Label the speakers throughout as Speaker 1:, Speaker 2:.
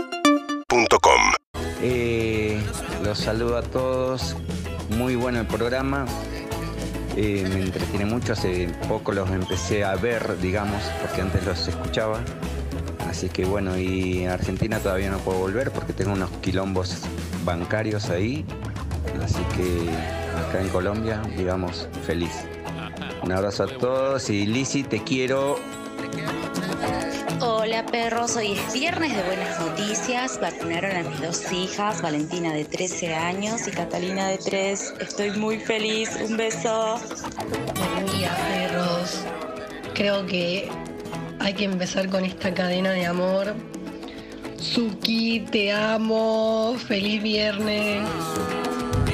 Speaker 1: UrbanaPlayFM.com
Speaker 2: Eh, los saludo a todos. Muy bueno el programa. Eh, me entretiene mucho. Hace poco los empecé a ver, digamos, porque antes los escuchaba. Así que bueno, y a Argentina todavía no puedo volver porque tengo unos quilombos bancarios ahí. Así que acá en Colombia, digamos, feliz. Un abrazo a todos y Lisi, te quiero.
Speaker 3: Hola perros, hoy es viernes de buenas noticias. Vacunaron a mis dos hijas, Valentina de 13 años y Catalina de 3. Estoy muy feliz, un beso.
Speaker 4: Buen día, perros. Creo que hay que empezar con esta cadena de amor. Suki, te amo. Feliz viernes.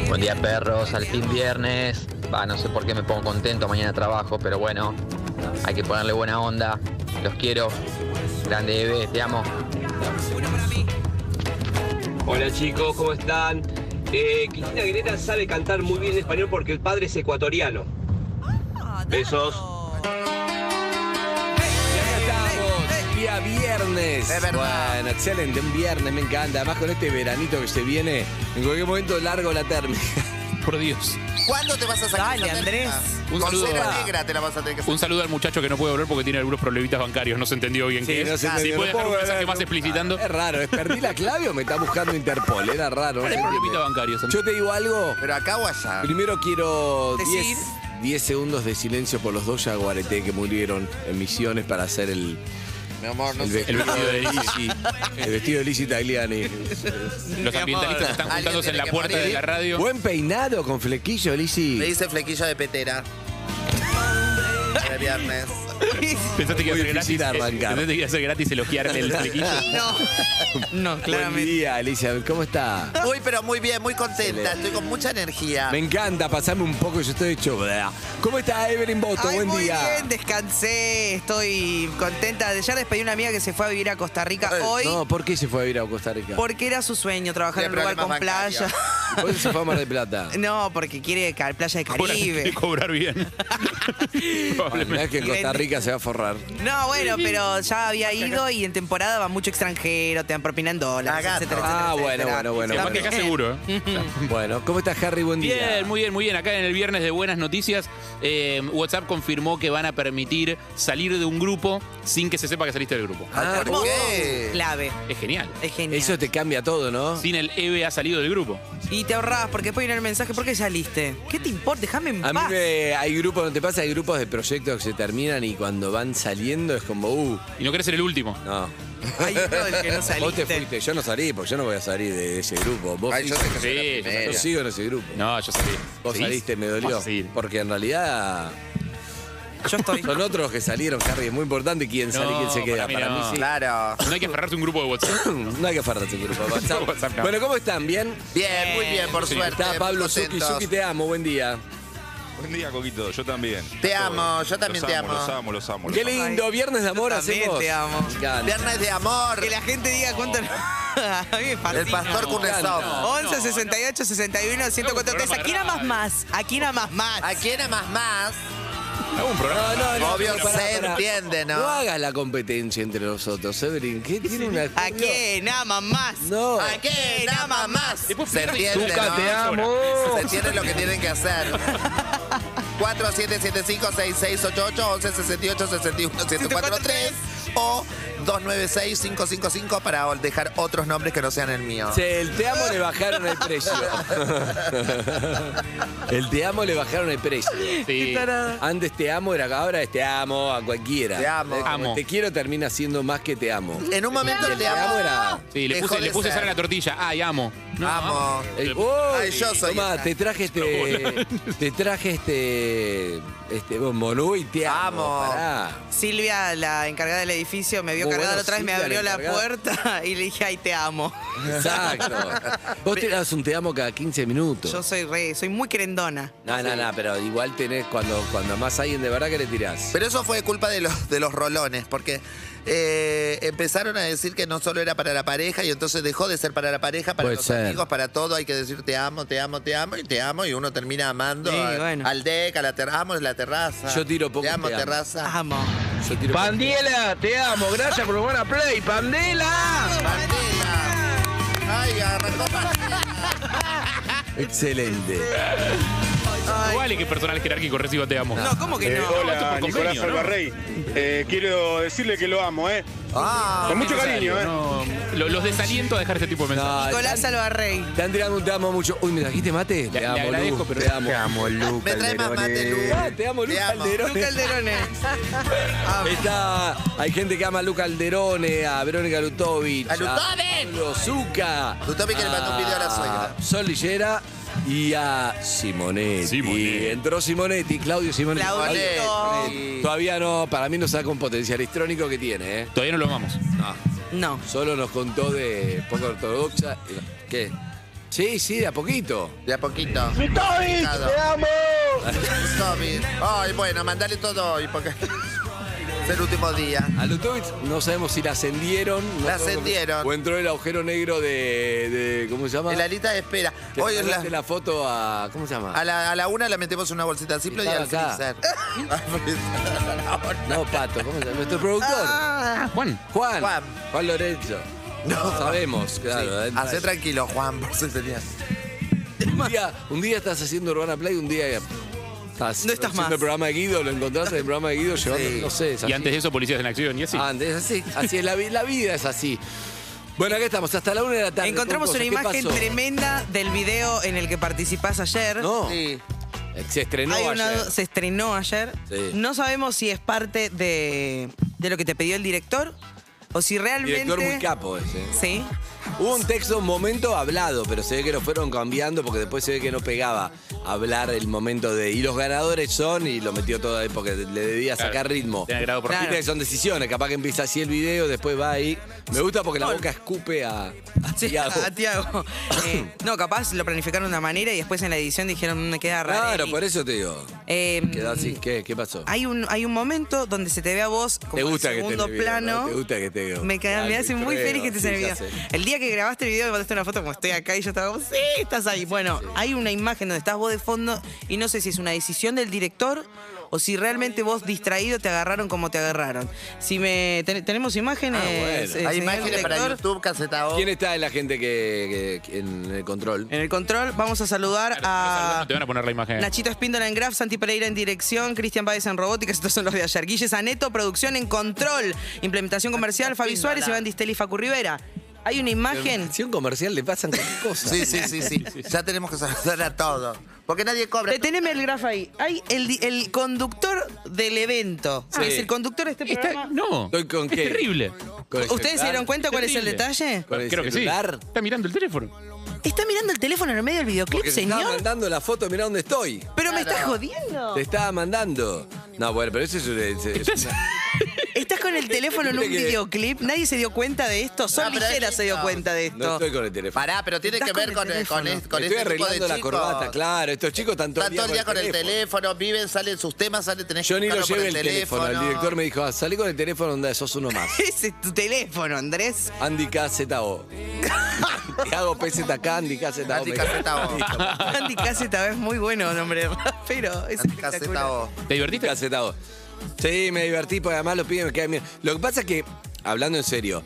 Speaker 5: Buen día perros, al fin viernes. Va, no sé por qué me pongo contento, mañana trabajo, pero bueno, hay que ponerle buena onda. Los quiero. Grande bebé, te amo.
Speaker 6: Hola chicos, ¿cómo están? Eh, Cristina Aguilera sabe cantar muy bien español porque el padre es ecuatoriano.
Speaker 7: Ah,
Speaker 6: Besos.
Speaker 8: Estamos día viernes.
Speaker 9: Es verdad.
Speaker 8: Bueno, excelente, un viernes, me encanta. Además con este veranito que se viene, en cualquier momento largo la térmica.
Speaker 10: Por Dios.
Speaker 9: ¿Cuándo te vas a sacar
Speaker 7: Dale,
Speaker 9: la
Speaker 7: Andrés.
Speaker 9: térmica?
Speaker 10: Un
Speaker 9: Con
Speaker 10: saludo.
Speaker 9: cera negra te la vas a tener que sacar.
Speaker 10: Un saludo al muchacho que no puede volver porque tiene algunos problemitas bancarios. No se entendió bien
Speaker 8: Sí,
Speaker 10: qué
Speaker 8: no
Speaker 10: es. si
Speaker 8: se entendió.
Speaker 10: puede dejar un
Speaker 8: Pobre,
Speaker 10: mensaje
Speaker 8: no.
Speaker 10: más explicitando.
Speaker 8: Ah, Es raro, ¿es ¿perdí la clave o me está buscando Interpol? Era raro.
Speaker 10: ¿Cuál es el problemita bancario? Santi?
Speaker 8: Yo te digo algo.
Speaker 9: Pero acá o allá.
Speaker 8: Primero quiero
Speaker 7: Decir.
Speaker 8: 10 10 segundos de silencio por los dos jaguareté que murieron en misiones para hacer el,
Speaker 9: Mi amor, no
Speaker 8: el
Speaker 9: sé.
Speaker 8: vestido
Speaker 10: vestido
Speaker 8: de
Speaker 10: de
Speaker 8: Lizzy. El vestido de Lizzy Tagliani.
Speaker 10: Los ambientalistas están
Speaker 9: Alguien
Speaker 10: juntándose en
Speaker 9: tiene
Speaker 10: la
Speaker 9: que
Speaker 10: puerta
Speaker 9: morir.
Speaker 10: de la radio.
Speaker 8: Buen peinado con flequillo,
Speaker 9: Le
Speaker 8: Lizzy.
Speaker 9: dice flequillo de petera. Era viernes.
Speaker 10: Pensaste que iba a
Speaker 8: Muy
Speaker 10: ser gratis.
Speaker 8: difícil
Speaker 10: eh,
Speaker 8: arrancar.
Speaker 10: Pensaste que iba a ser gratis elogiarle el flequillo.
Speaker 7: No,
Speaker 8: Buen
Speaker 7: claramente.
Speaker 8: día, Alicia. ¿Cómo está?
Speaker 9: Muy, pero muy bien, muy contenta. Estoy con mucha energía.
Speaker 8: Me encanta, pasame un poco, yo estoy hecho. bla. ¿Cómo está Evelyn Boto?
Speaker 7: Ay,
Speaker 8: Buen
Speaker 7: muy
Speaker 8: día.
Speaker 7: bien, descansé, estoy contenta. Ya despedí a una amiga que se fue a vivir a Costa Rica
Speaker 9: Eh,
Speaker 7: hoy
Speaker 8: No, ¿por qué se fue a ir a Costa Rica?
Speaker 7: porque era su sueño trabajar
Speaker 9: De
Speaker 7: en un lugar con
Speaker 9: problemas
Speaker 7: playa.
Speaker 9: bancarios.
Speaker 8: ¿Por qué se fue a Mar del Plata?
Speaker 7: No, porque quiere ca- playa de
Speaker 10: Ahora sí quiere
Speaker 7: Caribe.
Speaker 10: cobrar bien.
Speaker 8: Mirá que en Costa Rica se va a forrar.
Speaker 7: No, bueno, pero ya había ido y en temporada va mucho extranjero, te dan propina en dólares,
Speaker 9: Gato.
Speaker 7: etcétera,
Speaker 8: Ah,
Speaker 7: etcétera,
Speaker 8: bueno,
Speaker 7: etcétera.
Speaker 8: bueno,
Speaker 10: Lo
Speaker 8: bueno.
Speaker 10: más que
Speaker 8: bueno.
Speaker 10: acá seguro. ¿eh?
Speaker 8: Bueno, ¿cómo está Harry? Buen día.
Speaker 10: Bien, muy bien, muy bien. Acá en el viernes de Buenas Noticias, eh, WhatsApp confirmó que van a permitir salir de un grupo sin que se sepa que saliste del grupo.
Speaker 8: Ah,
Speaker 9: ¿Por
Speaker 7: Hermoso.
Speaker 9: qué?
Speaker 7: Clave,
Speaker 10: Es genial.
Speaker 7: es genial.
Speaker 8: Eso te cambia todo, ¿no?
Speaker 10: Sin el EVE ha salido del grupo.
Speaker 7: Y te ahorrás porque después viene el mensaje, ¿por qué saliste? ¿Qué te importa? Déjame en
Speaker 8: A mí
Speaker 7: paz.
Speaker 8: me- hay grupos, ¿no te pasa? Hay grupos de proyectos que se terminan y cuando van saliendo es como, uh,
Speaker 10: Y no querés ser el último.
Speaker 8: no.
Speaker 7: Ay, no, el que no
Speaker 8: Vos te
Speaker 7: saliste.
Speaker 8: fuiste, yo no salí, porque yo no voy a salir de, de ese grupo. Vos
Speaker 9: Ay, yo
Speaker 8: fuiste.
Speaker 9: sé que soy la
Speaker 10: Sí,
Speaker 9: primera.
Speaker 8: yo sigo en ese grupo.
Speaker 10: No, yo salí.
Speaker 8: Vos
Speaker 10: ¿Sí?
Speaker 8: saliste, me
Speaker 10: Vas
Speaker 8: dolió.
Speaker 10: a seguir.
Speaker 8: Porque en realidad
Speaker 7: Yo estoy.
Speaker 8: son otros los que salieron, Harry. Es muy importante quién sale y quién se
Speaker 10: No,
Speaker 8: queda.
Speaker 10: para mí
Speaker 8: Para mí
Speaker 10: no.
Speaker 8: sí.
Speaker 9: Claro.
Speaker 10: No hay que aferrarse a un grupo de WhatsApp.
Speaker 8: No hay que aferrarse al grupo. WhatsApp.
Speaker 10: WhatsApp, no.
Speaker 8: Bueno, ¿cómo están? ¿Bien?
Speaker 9: Bien, muy bien, por
Speaker 10: Sí.
Speaker 9: suerte.
Speaker 8: Está Pablo Suki.
Speaker 9: contentos.
Speaker 8: Suki, te amo. Buen día.
Speaker 11: Buen día, Coquito. Yo también.
Speaker 9: Te
Speaker 11: Todo.
Speaker 9: amo, yo también
Speaker 11: Los
Speaker 9: te amo.
Speaker 11: Los amo, los amo. los
Speaker 8: Qué
Speaker 11: amo.
Speaker 8: lindo. Viernes de amor
Speaker 7: Yo también
Speaker 8: hacemos.
Speaker 7: te amo.
Speaker 8: Me encanta.
Speaker 9: Viernes de amor.
Speaker 7: Que la gente diga cuánto. A mí me fascina.
Speaker 9: El pastor Cunesov.
Speaker 8: No.
Speaker 7: 11, 68, 61, 104, 3. Aquí nada más más. Aquí nada más más.
Speaker 9: ¿A quién amas más?
Speaker 10: Hago un programa.
Speaker 8: No, no,
Speaker 9: Obvio,
Speaker 8: pero pará,
Speaker 9: se
Speaker 8: pará.
Speaker 9: entiende, ¿no?
Speaker 8: No hagas la competencia entre nosotros, Evelyn. ¿Qué tiene una
Speaker 7: ¿A quién ama más?
Speaker 8: No.
Speaker 9: ¿A quién amas más?
Speaker 10: Después
Speaker 9: Se
Speaker 10: pierde y
Speaker 9: entiende,
Speaker 10: Zucca,
Speaker 9: ¿no?
Speaker 10: te amo.
Speaker 9: Se entiende lo que tienen que hacer. 4775-6688, 11 68 61 743 o 296-555 para dejar otros nombres que no sean el mío.
Speaker 8: Se- el te amo le bajaron el precio. el te amo le bajaron el precio.
Speaker 10: Sí.
Speaker 8: Antes te amo era ahora es te amo a cualquiera.
Speaker 9: Te amo.
Speaker 8: Eh, como
Speaker 10: Amo.
Speaker 8: Te quiero termina siendo más que te amo.
Speaker 9: En un momento
Speaker 8: Y el
Speaker 9: te amo.
Speaker 8: era.
Speaker 10: Sí, le
Speaker 9: Dejó
Speaker 10: puse,
Speaker 9: de
Speaker 10: le
Speaker 7: eh.
Speaker 10: puse
Speaker 9: ser.
Speaker 10: sal a la tortilla. Ay, amo. No,
Speaker 9: Amo.
Speaker 8: el- ¡Oh!
Speaker 9: Ay, yo soy
Speaker 8: Tomá,
Speaker 9: esa.
Speaker 8: te traje este. te traje este. Este bombonú y te amo.
Speaker 9: Amo.
Speaker 8: pará.
Speaker 7: Silvia, la encargada del edificio, me vio
Speaker 8: Muy
Speaker 7: cargada
Speaker 8: bueno,
Speaker 7: la otra vez, me
Speaker 8: Silvia,
Speaker 7: abrió
Speaker 8: la
Speaker 7: la
Speaker 8: encargada.
Speaker 7: puerta y le dije, ay, te amo.
Speaker 8: Exacto. Vos te das un te amo cada 15 minutos.
Speaker 7: Yo soy re, soy muy querendona.
Speaker 8: No, no, no, pero igual tenés cuando, cuando más alguien de verdad que le tirás.
Speaker 9: Pero eso fue culpa de los, de los rolones, porque eh, empezaron a decir que no solo era para la pareja y entonces dejó de ser para la pareja, para
Speaker 8: Puede
Speaker 9: los
Speaker 8: ser.
Speaker 9: amigos, para todo. Hay que decir te amo, te amo, te amo y te amo y uno termina amando
Speaker 7: Sí,
Speaker 9: a-
Speaker 7: bueno.
Speaker 9: al deck, a la terraza. Amo la terraza.
Speaker 8: Yo tiro poco
Speaker 9: Te amo,
Speaker 8: y te amo.
Speaker 7: Ah,
Speaker 9: terraza.
Speaker 7: Amo.
Speaker 8: Yo tiro-
Speaker 1: Pandela, te amo. Gracias por jugar a Play. Pandela.
Speaker 9: Ay, arrancó
Speaker 8: Excelente.
Speaker 10: No vale que personal jerárquico reciba te amo.
Speaker 7: No, ¿cómo que
Speaker 12: Eh,
Speaker 7: no?
Speaker 12: hola, Nicolás Alvarrey. Eh, quiero decirle que lo amo, ¿eh?
Speaker 7: Ah.
Speaker 12: Con mucho cariño, ¿eh?
Speaker 10: los desaliento a dejar este tipo de mensajes.
Speaker 7: Nicolás Alvarrey.
Speaker 8: Te han tirado un te amo mucho. Uy, ¿me trajiste mate? Te amo,
Speaker 10: agradezco,
Speaker 8: Lu,
Speaker 10: pero-
Speaker 8: te amo.
Speaker 10: Te amo,
Speaker 8: Lu,
Speaker 7: Me trae más mate, Lu.
Speaker 8: Ah, te amo, Lu
Speaker 7: Te amo.
Speaker 8: Calderone.
Speaker 7: Lu Calderone.
Speaker 8: Está, hay gente que ama a Lu Calderone, a Verónica Lutovic.
Speaker 9: ¡A Lutovic!
Speaker 8: Pablo Zucca.
Speaker 9: Lutovic que le mandó un video a la suegra.
Speaker 8: Sol Lillera y a Simonetti. Entró Simonetti, Claudio Simonetti.
Speaker 7: Claudito.
Speaker 8: eh. Todavía no, para mí no saca un potencial histrónico que tiene, ¿eh?
Speaker 10: Todavía no lo amamos.
Speaker 8: No.
Speaker 7: No.
Speaker 8: Solo nos contó de poco ortodoxa. eh, ¿Qué? Sí, sí, de a poquito.
Speaker 9: De a poquito.
Speaker 1: Lutovic, te amo.
Speaker 9: Lutovic. Ay, bueno, mandale todo hoy porque es el último día.
Speaker 8: A Lutovic no sabemos si la ascendieron. no
Speaker 9: La
Speaker 8: sabemos-
Speaker 9: ascendieron.
Speaker 8: O entró el agujero negro de. de- ¿Cómo se llama?
Speaker 9: En la lista de espera.
Speaker 8: Que
Speaker 9: Hoy es la,
Speaker 8: mandaste la foto a. ¿Cómo se llama?
Speaker 9: a, la, a la una la metemos en una bolsita de ciplo y al
Speaker 8: Estaba acá.
Speaker 9: freezer. Al freezer.
Speaker 8: No, Pato, ¿cómo se llama? Nuestro productor.
Speaker 7: Ah.
Speaker 10: Juan.
Speaker 8: Juan.
Speaker 9: Juan.
Speaker 8: Juan. Lorenzo. No sabemos, claro.
Speaker 9: Sí,
Speaker 8: entra-
Speaker 9: Hacé tranquilo, Juan, por si tenías.
Speaker 8: un, día, un día estás haciendo Urbana Play, un día estás
Speaker 7: No estás
Speaker 8: haciendo
Speaker 7: más.
Speaker 8: el programa de Guido, lo encontraste en el programa de Guido llevando, no sé, es
Speaker 10: Y
Speaker 8: así.
Speaker 10: antes de eso, policías en acción y así.
Speaker 8: Ah, Antes, así, así es la, vi- la vida es así. Bueno, acá estamos, hasta la una de la tarde.
Speaker 7: Encontramos
Speaker 8: Pomposo,
Speaker 7: una
Speaker 8: ¿qué
Speaker 7: imagen
Speaker 8: pasó?
Speaker 7: tremenda del video en el que participás ayer.
Speaker 8: No,
Speaker 9: Sí.
Speaker 8: se estrenó
Speaker 7: Hay una-
Speaker 8: ayer.
Speaker 7: se estrenó ayer.
Speaker 8: Sí.
Speaker 7: No sabemos si es parte de, de lo que te pidió el director o si realmente.
Speaker 8: Director muy capo ese.
Speaker 7: Sí.
Speaker 8: Hubo un texto, un momento hablado, pero se ve que lo fueron cambiando porque después se ve que no pegaba hablar el momento de. Y los ganadores son, y lo metió todo ahí porque le debía
Speaker 10: Claro.
Speaker 8: sacar ritmo.
Speaker 10: Tenía grado por
Speaker 7: Claro.
Speaker 8: Viste que Son decisiones, capaz que empieza así el video, después va ahí. Me gusta porque la boca escupe a, a
Speaker 7: Sí,
Speaker 8: Tiago.
Speaker 7: a Tiago. Eh, no, capaz lo planificaron de una manera y después en la edición dijeron, "Mm, me queda Em, raro.
Speaker 8: Claro, por eso te digo. Quedó así.
Speaker 7: Mm.
Speaker 8: ¿Qué, qué pasó?
Speaker 7: Hay un, hay un momento donde se te ve a vos como
Speaker 8: Te gusta
Speaker 7: en
Speaker 8: que te
Speaker 7: segundo
Speaker 8: le vieron,
Speaker 7: plano.
Speaker 8: ¿no? Te gusta que te veo.
Speaker 7: Me, queda- me
Speaker 8: Algo
Speaker 7: hace muy
Speaker 8: creo,
Speaker 7: feliz que te en el
Speaker 8: sí, ya
Speaker 7: video.
Speaker 8: sé.
Speaker 7: El día que grabaste el video me mandaste una foto como estoy acá y yo estaba como, sí, estás ahí. Bueno, hay una imagen donde estás vos de fondo y no sé si es una decisión del director o si realmente vos distraído te agarraron como te agarraron. Si me ten- tenemos imágenes,
Speaker 8: Ah, bueno.
Speaker 7: eh, señor
Speaker 9: Hay imágenes para
Speaker 7: director.
Speaker 9: YouTube, caseta O.
Speaker 8: ¿Quién está en la gente que, que- que- en el control?
Speaker 7: oh. En el control vamos a saludar a
Speaker 10: No te van a poner la imagen.
Speaker 7: Nachito Espíndola en Graf, Santi Pereira en dirección, Cristian Báez en robótica, estos son los de ayer. Guille Zaneto, producción en control, implementación comercial, Fabi Suárez, Iván Distel y Facu Rivera. Hay una
Speaker 8: En
Speaker 7: imagen.
Speaker 8: acción comercial le pasan cualquier cosa.
Speaker 9: Sí, sí, sí, sí. Ya tenemos que saludar a todos. Porque nadie cobra.
Speaker 7: Deteneme el graf ahí. Hay el, di- el conductor del evento.
Speaker 8: Sí.
Speaker 7: Es el conductor de este
Speaker 10: Está-
Speaker 7: programa.
Speaker 10: no.
Speaker 8: Estoy con
Speaker 10: es
Speaker 8: qué.
Speaker 10: terrible.
Speaker 8: Con el
Speaker 7: ¿Ustedes se
Speaker 8: celular.
Speaker 7: dieron cuenta cuál es el
Speaker 10: Terrible.
Speaker 7: detalle?
Speaker 8: ¿Con el
Speaker 10: Creo que sí.
Speaker 8: celular?
Speaker 10: Está mirando el teléfono.
Speaker 7: Está mirando el teléfono en el medio del videoclip,
Speaker 8: Porque te estaba
Speaker 7: señor.
Speaker 8: mandando la foto, mirá dónde estoy.
Speaker 7: Pero me estás
Speaker 9: Oh.
Speaker 7: jodiendo.
Speaker 8: Te estaba mandando. No, bueno, pero eso es. es- es-
Speaker 7: Estás con el teléfono en un
Speaker 8: Viste que-
Speaker 7: videoclip. Nadie se dio cuenta de esto. Sol
Speaker 9: No, pero
Speaker 7: Ligera se dio
Speaker 9: no.
Speaker 7: cuenta de esto.
Speaker 8: no estoy con el teléfono.
Speaker 9: Pará, pero tiene
Speaker 7: Estás
Speaker 9: que ver
Speaker 7: con
Speaker 9: con,
Speaker 7: el
Speaker 9: el- con,
Speaker 7: teléfono.
Speaker 9: es- con este
Speaker 8: Estoy
Speaker 9: tipo de
Speaker 8: arreglando la
Speaker 9: chicos.
Speaker 8: corbata, claro. Estos chicos están todo
Speaker 9: Están todo el día con el
Speaker 8: teléfono.
Speaker 9: teléfono, viven, salen sus temas, salen, tenés que
Speaker 8: Yo ni lo
Speaker 9: buscarlo por
Speaker 8: llevé el teléfono. El director me dijo, ah, salí con el teléfono, onda, sos uno más.
Speaker 7: Ese es tu teléfono, Andrés.
Speaker 8: Andy KZO. Te hago PZK, Andy KZO.
Speaker 9: Andy
Speaker 8: me-
Speaker 9: KZO.
Speaker 7: Andy Caseta es muy bueno, nombre, pero es
Speaker 9: Andy Caseta
Speaker 7: espectacular.
Speaker 9: O.
Speaker 10: ¿Te divertiste?
Speaker 8: KZO. Sí, me divertí, porque además los pibes me quedan bien. Lo que pasa es que, hablando en serio,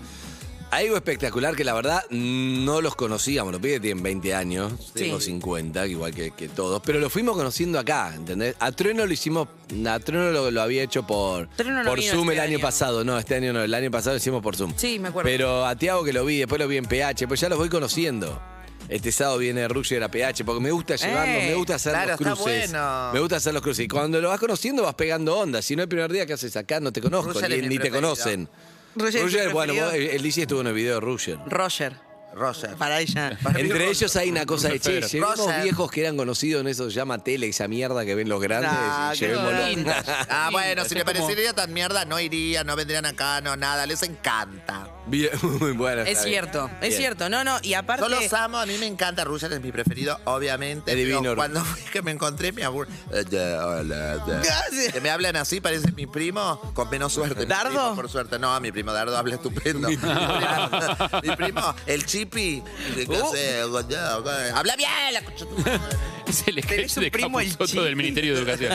Speaker 8: hay algo espectacular que la verdad no los conocíamos. Los pibes tienen 20 años, tengo 50, igual que, que todos, pero los fuimos conociendo acá, ¿entendés? A Trueno lo hicimos, a Trueno lo, lo había hecho por,
Speaker 7: Trueno no
Speaker 8: por
Speaker 7: vino
Speaker 8: Zoom
Speaker 7: este
Speaker 8: el año
Speaker 7: año.
Speaker 8: pasado, no, este año no, el año pasado lo hicimos por Zoom.
Speaker 7: Sí, me acuerdo.
Speaker 8: Pero a Tiago que lo vi, después lo vi en PH, pues ya los voy conociendo. Este sábado viene Rugger a PH, porque me gusta llevarlos,
Speaker 7: Eh,
Speaker 8: me gusta hacer
Speaker 9: claro,
Speaker 8: los
Speaker 9: está
Speaker 8: cruces.
Speaker 9: bueno.
Speaker 8: Me gusta hacer los cruces. Y cuando lo vas conociendo vas pegando onda. Si no el primer día que haces acá, no te conozco,
Speaker 9: Rugger
Speaker 8: ni,
Speaker 9: es mi
Speaker 8: ni te
Speaker 9: preferido.
Speaker 8: conocen.
Speaker 7: Roger,
Speaker 8: Rugger, bueno,
Speaker 7: preferido?
Speaker 8: vos- eh, el el Lizzy estuvo en el video de Rugger.
Speaker 7: Roger,
Speaker 9: Roger.
Speaker 7: para ella.
Speaker 8: Entre ellos hay una cosa de che,
Speaker 10: Roger.
Speaker 8: llevemos
Speaker 9: Roger.
Speaker 8: viejos que eran conocidos en eso, se llama tele, esa mierda que ven los grandes.
Speaker 7: Ah,
Speaker 8: y
Speaker 7: qué
Speaker 8: llevémoslo.
Speaker 7: lindo.
Speaker 9: Ah, bueno, si
Speaker 10: Es
Speaker 9: le
Speaker 10: como-
Speaker 9: parecería tan mierda, no irían, no vendrían acá, no nada, les encanta.
Speaker 8: Bien, muy bueno.
Speaker 7: Es
Speaker 8: está bien.
Speaker 7: cierto, es
Speaker 8: Bien.
Speaker 7: cierto. No, no, y aparte.
Speaker 9: Yo los amo, a mí me encanta, Ruger es mi preferido, obviamente.
Speaker 8: Es
Speaker 9: pero
Speaker 8: divino, Eh,
Speaker 9: cuando fui que me encontré, me aburro.
Speaker 7: Gracias.
Speaker 9: Que me hablan así, parece mi primo, con menos suerte. mi
Speaker 7: ¿Dardo?
Speaker 9: primo, por suerte, no, mi primo Dardo habla estupendo. mi,
Speaker 8: Uh.
Speaker 9: primo, mi primo, el chipi. que hace- Habla bien, la concha de tu madre.
Speaker 10: Es el sketch de
Speaker 7: primo el
Speaker 10: Capusotto del Ministerio de Educación.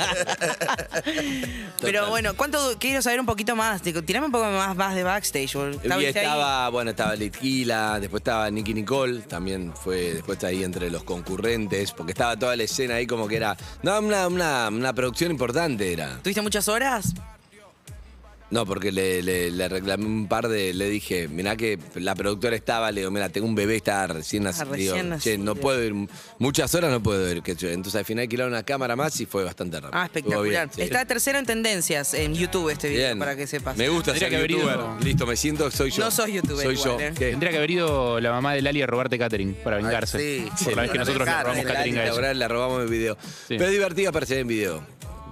Speaker 7: Pero bueno, ¿cuánto quiero saber un poquito más? Te- Tirame un poco más, más de backstage. boludo.
Speaker 8: Y
Speaker 7: ¿Estabas ahí?
Speaker 8: estaba, bueno, estaba Litquila, después estaba Nicky Nicole, también fue después ahí entre los concurrentes, porque estaba toda la escena ahí como que era. No, una, una, una producción importante era.
Speaker 7: ¿Tuviste muchas horas?
Speaker 8: No, porque le, le- le reclamé un par de. Le dije, mirá que la productora estaba, le digo, mirá, tengo un bebé, está recién nacido.
Speaker 7: recién
Speaker 8: Digo, "Che,
Speaker 7: nacido".
Speaker 8: no puedo ir, muchas horas no puedo ir. que yo- Entonces al final alquilaron una cámara más y fue bastante rápido.
Speaker 7: Ah,
Speaker 8: Estuvo bien,
Speaker 7: espectacular.
Speaker 8: sí.
Speaker 7: Está tercero en tendencias en YouTube este video,
Speaker 8: Bien.
Speaker 7: para que sepas.
Speaker 8: Me gusta
Speaker 10: Tendría
Speaker 8: ser
Speaker 10: que haber ido-
Speaker 8: youtuber. Listo, me siento, soy yo.
Speaker 7: No sos youtuber
Speaker 8: Soy
Speaker 7: igual,
Speaker 8: yo.
Speaker 7: ¿eh?
Speaker 8: ¿Qué?
Speaker 10: Tendría que haber ido la mamá de Lali a robarte catering para vengarse. Por la vez que nosotros le robamos catering a ella.
Speaker 8: Ahora le robamos el video. Pero es divertido aparecer en video.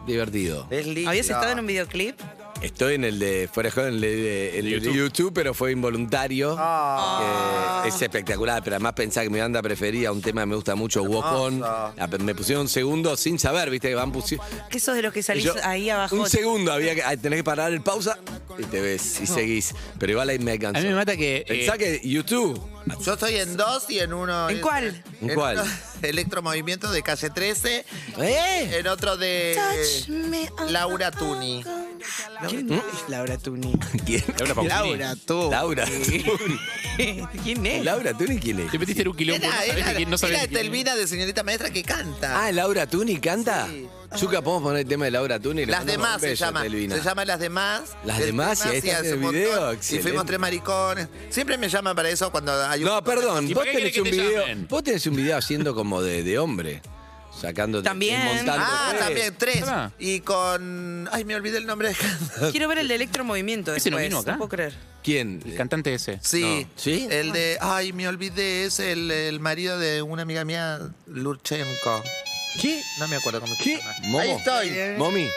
Speaker 8: Divertido.
Speaker 7: ¿Habías estado en un videoclip?
Speaker 8: Estoy en el de fuera de juego, en el de, el de YouTube. pero fue involuntario.
Speaker 9: Ah.
Speaker 8: Eh, es espectacular, pero además pensaba que mi banda preferida, un tema que me gusta mucho, Walk On. La- Me pusieron segundo sin saber, viste, que van pusi-
Speaker 7: Que sos de los que salís
Speaker 8: Yo-
Speaker 7: ahí abajo.
Speaker 8: Un segundo, había que, ah, tenés que parar el pausa y te ves y seguís. Pero igual ahí me alcanzó.
Speaker 10: A mí me mata que. eh,
Speaker 8: Pensá que YouTube.
Speaker 9: Yo estoy en dos y en uno.
Speaker 7: ¿En cuál?
Speaker 8: ¿En cuál?
Speaker 9: uno- Electromovimiento de calle 13.
Speaker 8: ¿Eh?
Speaker 9: En otro de
Speaker 7: Touch me
Speaker 9: Laura Tuni.
Speaker 8: ¿Mm?
Speaker 7: ¿Quién es Laura Tuni?
Speaker 8: ¿Quién?
Speaker 10: Laura Pausini.
Speaker 7: Laura Tuni.
Speaker 8: Laura Tuni.
Speaker 7: ¿Quién es?
Speaker 8: Laura Tuni, ¿quién es?
Speaker 10: Te metiste en un quilombo. no
Speaker 9: Era,
Speaker 10: sabés
Speaker 9: era,
Speaker 10: de quién- no sabés
Speaker 9: era
Speaker 10: de quién.
Speaker 9: Telvina de señorita maestra que canta.
Speaker 8: Ah, Laura Tuni canta. Yuka, ¿podemos poner el tema de Laura Tuni? Le
Speaker 9: Las
Speaker 8: mandamos un
Speaker 9: demás se
Speaker 8: beso,
Speaker 9: llama.
Speaker 8: Telvina.
Speaker 9: Se llama Las demás.
Speaker 8: Las
Speaker 9: Del
Speaker 8: demás, y ahí está
Speaker 9: hace
Speaker 8: en el
Speaker 9: un montón.
Speaker 8: video,
Speaker 9: Y
Speaker 8: excelente.
Speaker 9: fuimos tres maricones. Siempre me llaman para eso cuando hay un.
Speaker 8: No, perdón,
Speaker 10: ¿Y
Speaker 8: vos
Speaker 10: para qué
Speaker 8: tenés, un
Speaker 10: querés que te
Speaker 8: video,
Speaker 10: llamen?
Speaker 8: vos tenés un video haciendo como de, de hombre. Sacando
Speaker 7: También.
Speaker 9: Ah, también, tres.
Speaker 10: Ah.
Speaker 9: Y con. Ay, me olvidé el nombre de
Speaker 7: Quiero ver el de electromovimiento
Speaker 10: ¿Ese no
Speaker 7: después.
Speaker 10: vino acá?
Speaker 7: puedo creer.
Speaker 8: ¿Quién?
Speaker 10: El cantante ese.
Speaker 9: Sí.
Speaker 8: No. ¿Sí?
Speaker 9: El de. Ay, me olvidé, es el, el marido de una amiga mía, Lurchenko.
Speaker 8: ¿Qué?
Speaker 9: No me acuerdo cómo se
Speaker 8: ¿Qué?
Speaker 9: llama.
Speaker 8: ¿Momo?
Speaker 9: Ahí estoy.
Speaker 8: ¿Momi?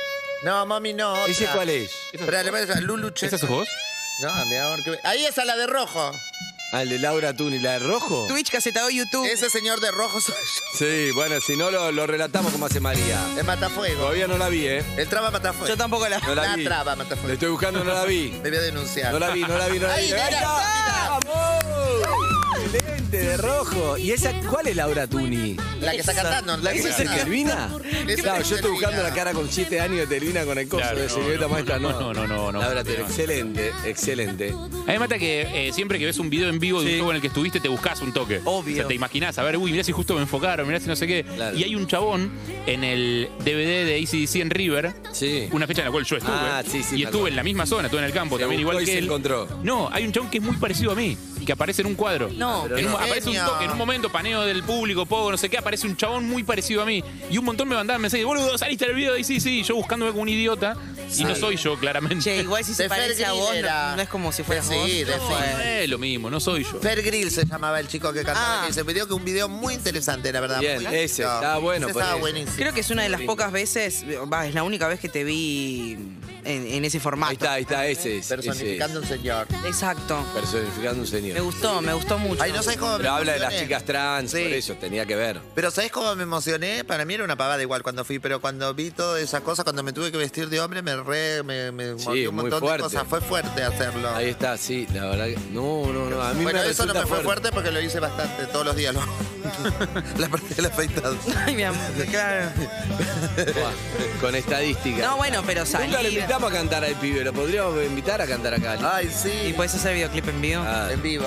Speaker 9: No, mami, no. otra.
Speaker 8: ¿Ese cuál es?
Speaker 9: Espera, le voy a llamar
Speaker 10: ¿Esa
Speaker 9: Luluchenko.
Speaker 10: sos vos?
Speaker 9: No, mi amor. que- Ahí es a la de rojo.
Speaker 8: Ah, el de Laura Tuni, la de rojo.
Speaker 7: Twitch, Caseta O, YouTube.
Speaker 9: Ese señor de rojo soy yo.
Speaker 8: Sí, bueno, si no lo, lo relatamos como hace María.
Speaker 9: Es Matafuego.
Speaker 8: Todavía no la vi, ¿eh?
Speaker 9: El traba Matafuego.
Speaker 7: Yo tampoco la.
Speaker 8: No la
Speaker 9: La
Speaker 8: vi.
Speaker 9: traba Matafuego.
Speaker 8: Le estoy buscando, no la vi.
Speaker 9: Me voy a denunciar.
Speaker 8: No la vi, no la vi, no la vi.
Speaker 9: Ahí, mira,
Speaker 8: ¡Ahí está! ¡Vamos! Excelente, de rojo. ¿Y esa cuál es Laura Tuni?
Speaker 9: La que está cantando.
Speaker 8: ¿La que es
Speaker 9: está cantando.
Speaker 8: Telvina?
Speaker 9: Esa
Speaker 8: Claro,
Speaker 9: es
Speaker 8: yo estoy
Speaker 9: Telvina.
Speaker 8: buscando la cara con 7 años de Telvina con el coso
Speaker 10: Claro,
Speaker 8: de
Speaker 10: no,
Speaker 8: señorita
Speaker 10: no,
Speaker 8: maestra.
Speaker 10: no, no, no, no, no.
Speaker 8: Laura Tuni, excelente, excelente.
Speaker 10: A mí me mata que eh, siempre que ves un video en vivo de un juego en el que estuviste, te buscas un toque.
Speaker 7: Obvio.
Speaker 10: O sea, te imaginás, a ver, uy, mirá si justo me enfocaron, mirá si no sé qué.
Speaker 8: Claro.
Speaker 10: Y hay un chabón en el DVD de ACDC en River,
Speaker 8: Sí.
Speaker 10: una fecha en la cual yo estuve.
Speaker 8: Ah, sí, sí,
Speaker 10: y
Speaker 8: me acuerdo.
Speaker 10: estuve en la misma zona, estuve en el campo
Speaker 8: Se
Speaker 10: también,
Speaker 8: buscó
Speaker 10: igual
Speaker 8: y
Speaker 10: que
Speaker 8: se
Speaker 10: él.
Speaker 8: encontró.
Speaker 10: No, hay un chabón que es muy parecido a mí y que aparece en un cuadro.
Speaker 7: No.
Speaker 10: En un-
Speaker 9: no.
Speaker 10: aparece un
Speaker 9: Genio.
Speaker 10: toque, en un momento, paneo del público, poco, no sé qué, aparece un chabón muy parecido a mí. Y un montón me mandaban mensajes, boludo, saliste del video de ACDC, y yo buscándome como un idiota. Y no soy yo, claramente.
Speaker 7: Che, igual si se
Speaker 9: De Fer
Speaker 7: parece a
Speaker 9: Grill
Speaker 7: vos,
Speaker 9: era.
Speaker 7: no, no es como si fueras
Speaker 9: Sí,
Speaker 7: vos.
Speaker 9: de
Speaker 7: No,
Speaker 9: Fer.
Speaker 7: eh.
Speaker 10: es lo mismo, no soy yo.
Speaker 9: Fer Grill se llamaba el chico que
Speaker 7: Ah.
Speaker 9: cantaba. Que se pidió que un video muy interesante, la verdad.
Speaker 8: Bien,
Speaker 9: muy
Speaker 8: ese,
Speaker 9: lindo.
Speaker 8: estaba bueno,
Speaker 9: Ese
Speaker 8: por
Speaker 9: estaba
Speaker 8: eso.
Speaker 9: buenísimo.
Speaker 7: Creo que es una de las pocas veces, va, es la única vez que te vi en, en ese formato.
Speaker 8: Ahí está, ahí está, ese es. ese es.
Speaker 9: Personificando un señor.
Speaker 7: Exacto.
Speaker 8: Personificando un
Speaker 7: Me
Speaker 8: señor.
Speaker 7: gustó, me gustó mucho.
Speaker 9: Ay, no sabes cómo me
Speaker 8: Pero habla de las
Speaker 9: emocioné.
Speaker 8: chicas trans,
Speaker 9: Sí.
Speaker 8: por eso tenía que ver.
Speaker 9: Pero ¿sabes cómo me emocioné? Para mí era una pavada igual cuando fui, pero cuando vi toda esa cosa, cuando me tuve que vestir de hombre, me re, me, me
Speaker 8: Sí,
Speaker 9: movió un
Speaker 8: muy
Speaker 9: montón
Speaker 8: fuerte.
Speaker 9: de cosas. Fue fuerte hacerlo.
Speaker 8: Ahí está, sí, la verdad que. No, no, no. A mí
Speaker 9: bueno,
Speaker 8: me
Speaker 9: eso no
Speaker 8: resulta
Speaker 9: me fue fuerte porque lo hice bastante, todos los días. Lo... la parte del afeitado.
Speaker 7: Ay, mi amor, claro.
Speaker 8: Buah, Con estadística.
Speaker 7: No, bueno, pero
Speaker 8: Nunca le
Speaker 7: salir.
Speaker 8: invitamos a cantar al pibe, lo podríamos invitar a cantar acá.
Speaker 9: Ay,
Speaker 7: Y
Speaker 9: sí.
Speaker 8: pues,
Speaker 7: puedes hacer videoclip en vivo.
Speaker 8: Ah.
Speaker 9: Ah, En vivo.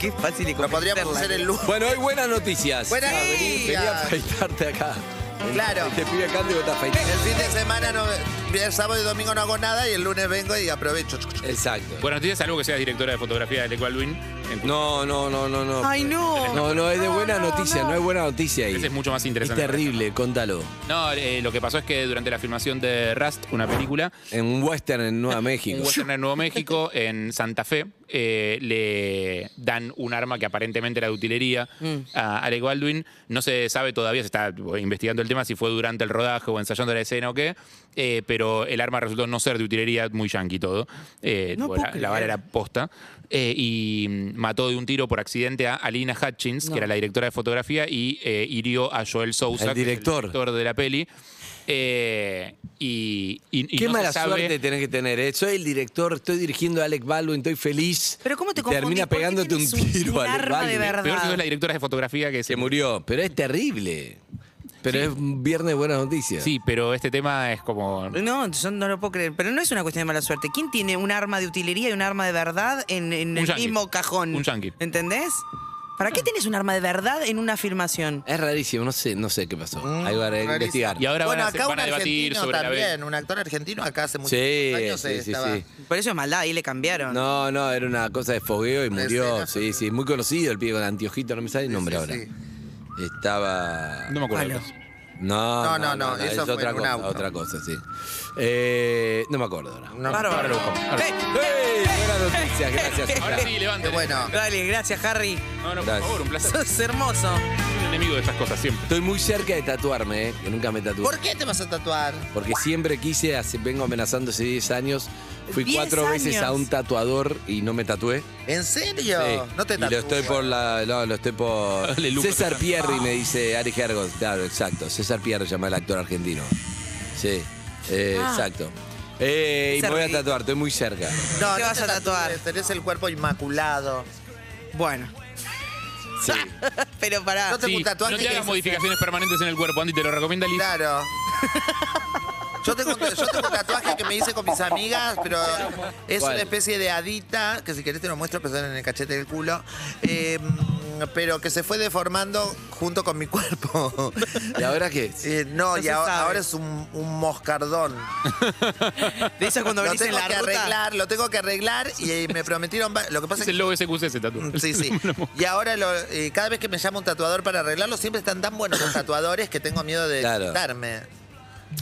Speaker 7: Qué fácil y
Speaker 9: Lo podríamos
Speaker 7: comprometerla.
Speaker 9: hacer el lunes.
Speaker 8: Bueno, hoy buenas noticias.
Speaker 9: Buenas
Speaker 8: Ah, vení,
Speaker 9: noticias.
Speaker 8: vení a afeitarte acá.
Speaker 9: Claro.
Speaker 8: Te pibe acá y vos te afeitás.
Speaker 9: El fin de semana, no, el sábado y domingo no hago nada y el lunes vengo y aprovecho.
Speaker 8: Exacto.
Speaker 10: Buenas noticias, algo que seas directora de fotografía de Lecualwin.
Speaker 8: No, no, no, no, no.
Speaker 7: Ay, no.
Speaker 8: No, no, es de buena noticia, no, es buena noticia ahí.
Speaker 10: Ese es mucho más
Speaker 8: Es
Speaker 10: interesante.
Speaker 8: terrible, contalo.
Speaker 10: No, eh, lo que pasó es que durante la filmación de Rust, una película,
Speaker 8: En un western en Nueva
Speaker 10: un
Speaker 8: México.
Speaker 10: western en Nuevo México, en Santa Fe, eh, le dan un arma que aparentemente era de utilería
Speaker 7: Mm.
Speaker 10: a Alec Baldwin. No se sabe todavía, se está tipo, investigando el tema si fue durante el rodaje o ensayando la escena o qué, eh, pero el arma resultó no ser de utilería, muy yankee todo. Eh,
Speaker 7: No
Speaker 10: tipo,
Speaker 7: puedo
Speaker 10: la, la
Speaker 7: creer.
Speaker 10: bala era posta. Eh, y mm, mató de un tiro por accidente a Alina Hutchins, que era la directora de fotografía, y eh, hirió a Joel Sousa,
Speaker 8: Al
Speaker 10: que es
Speaker 8: director.
Speaker 10: director de la peli. Eh, y, y- y
Speaker 8: Qué
Speaker 10: no se
Speaker 8: mala
Speaker 10: sabe-
Speaker 8: suerte tenés que tener. eh. Soy el director, estoy dirigiendo a Alec Baldwin, estoy feliz.
Speaker 7: Pero ¿cómo te
Speaker 8: Y
Speaker 7: confundís?
Speaker 8: Termina
Speaker 7: ¿Por qué
Speaker 8: pegándote un
Speaker 7: tenés un-
Speaker 8: tiro
Speaker 7: un
Speaker 8: a Alec
Speaker 7: arma de
Speaker 8: Baldwin.
Speaker 7: verdad?
Speaker 10: Peor que sos la directora de fotografía que
Speaker 8: Se
Speaker 10: se
Speaker 8: murió, pero es terrible. Pero es un viernes de buenas noticias.
Speaker 10: Sí, pero este tema es como.
Speaker 7: No, yo no lo puedo creer. Pero no es una cuestión de mala suerte. ¿Quién tiene un arma de utilería y un arma de verdad en, en
Speaker 10: Un
Speaker 7: el
Speaker 10: yankee.
Speaker 7: mismo cajón?
Speaker 10: Un yankee.
Speaker 7: ¿Entendés? ¿Para qué tienes un arma de verdad en una afirmación?
Speaker 8: Es rarísimo, no sé, no sé qué pasó. Mm,
Speaker 9: Mm,
Speaker 8: Ahí va a
Speaker 7: rarísimo.
Speaker 8: investigar.
Speaker 10: Y ahora
Speaker 9: bueno,
Speaker 10: van a,
Speaker 9: acá
Speaker 10: van
Speaker 9: un
Speaker 10: a debatir
Speaker 9: argentino
Speaker 10: sobre la
Speaker 9: también, un actor argentino acá hace muchos
Speaker 8: Sí,
Speaker 9: años
Speaker 8: sí,
Speaker 9: eh,
Speaker 8: sí,
Speaker 9: estaba.
Speaker 8: sí.
Speaker 7: Por eso es maldad, ahí le cambiaron.
Speaker 8: No, no, era una cosa de fogueo y murió. Sí, sí, muy conocido el pibe con anteojito, no me sale el nombre ahora. Estaba.
Speaker 10: No me acuerdo.
Speaker 8: No,
Speaker 9: No, no, no, eso
Speaker 8: es
Speaker 9: fue
Speaker 8: otra
Speaker 9: en un
Speaker 8: cosa,
Speaker 9: auto.
Speaker 8: otra cosa, sí. Eh, no me acuerdo ahora.
Speaker 7: Bárbaro.
Speaker 8: Ahora lo buscamos, ahora lo
Speaker 7: Eh,
Speaker 8: ¡Ey! Buenas noticias, gracias.
Speaker 10: Ahora sí, levántale.
Speaker 9: Qué bueno.
Speaker 7: Dale, gracias, Harry.
Speaker 10: No, no, por
Speaker 8: Gracias.
Speaker 10: favor, un placer.
Speaker 7: Sos hermoso.
Speaker 10: un enemigo de estas cosas siempre.
Speaker 8: Estoy muy cerca de tatuarme, eh, que nunca me tatué.
Speaker 9: ¿Por qué te vas a tatuar?
Speaker 8: Porque siempre quise, hace- vengo amenazando hace 10 años. Fui
Speaker 9: 10
Speaker 8: cuatro veces
Speaker 9: años.
Speaker 8: a un tatuador y no me tatué.
Speaker 9: ¿En serio?
Speaker 8: Sí.
Speaker 9: No te
Speaker 8: y lo
Speaker 9: tatúas.
Speaker 8: estoy por la. No, lo estoy por.
Speaker 10: Le lucro
Speaker 8: César
Speaker 10: tanto.
Speaker 8: Pierri me dice Ari Gergo. Claro, exacto. César Pierri llama el actor argentino. Sí, eh,
Speaker 7: Ah.
Speaker 8: exacto. Eh, y me
Speaker 7: César
Speaker 8: voy a
Speaker 7: Pierri.
Speaker 8: tatuar, estoy muy cerca.
Speaker 9: No,
Speaker 7: ¿Qué
Speaker 9: no
Speaker 7: vas
Speaker 9: te
Speaker 7: a tatuar?
Speaker 9: tatúes, Tenés el cuerpo inmaculado.
Speaker 7: Bueno,
Speaker 8: Sí.
Speaker 7: pero pará.
Speaker 9: No te
Speaker 10: Ah, Sí,
Speaker 9: un tatuaje
Speaker 10: no
Speaker 9: que
Speaker 10: te hagas
Speaker 9: es-
Speaker 10: modificaciones permanentes en el cuerpo, Andy, te lo recomienda Liz.
Speaker 9: Claro. Yo tengo, yo tengo un tatuaje que me hice con mis amigas, pero es
Speaker 8: ¿Cuál?
Speaker 9: una especie de hadita, que si querés te lo muestro, pero en el cachete del culo, eh, pero que se fue deformando junto con mi cuerpo.
Speaker 8: ¿Y ahora qué?
Speaker 9: Eh, no,
Speaker 7: No
Speaker 9: y
Speaker 7: se
Speaker 9: ahora,
Speaker 7: sabe.
Speaker 9: ahora es un, un moscardón.
Speaker 7: De eso es cuando
Speaker 9: Lo
Speaker 7: venís en
Speaker 9: tengo
Speaker 7: la
Speaker 9: que
Speaker 7: ruta.
Speaker 9: arreglar, lo tengo que arreglar y eh, me prometieron... va- Lo que
Speaker 10: Es
Speaker 9: pasa es que Mm,
Speaker 10: el logo SQC ese tatu.
Speaker 9: Sí, sí. Y ahora lo- eh, cada vez que me llama un tatuador para arreglarlo, siempre están tan buenos los tatuadores que tengo miedo de
Speaker 8: Claro.
Speaker 9: quitarme.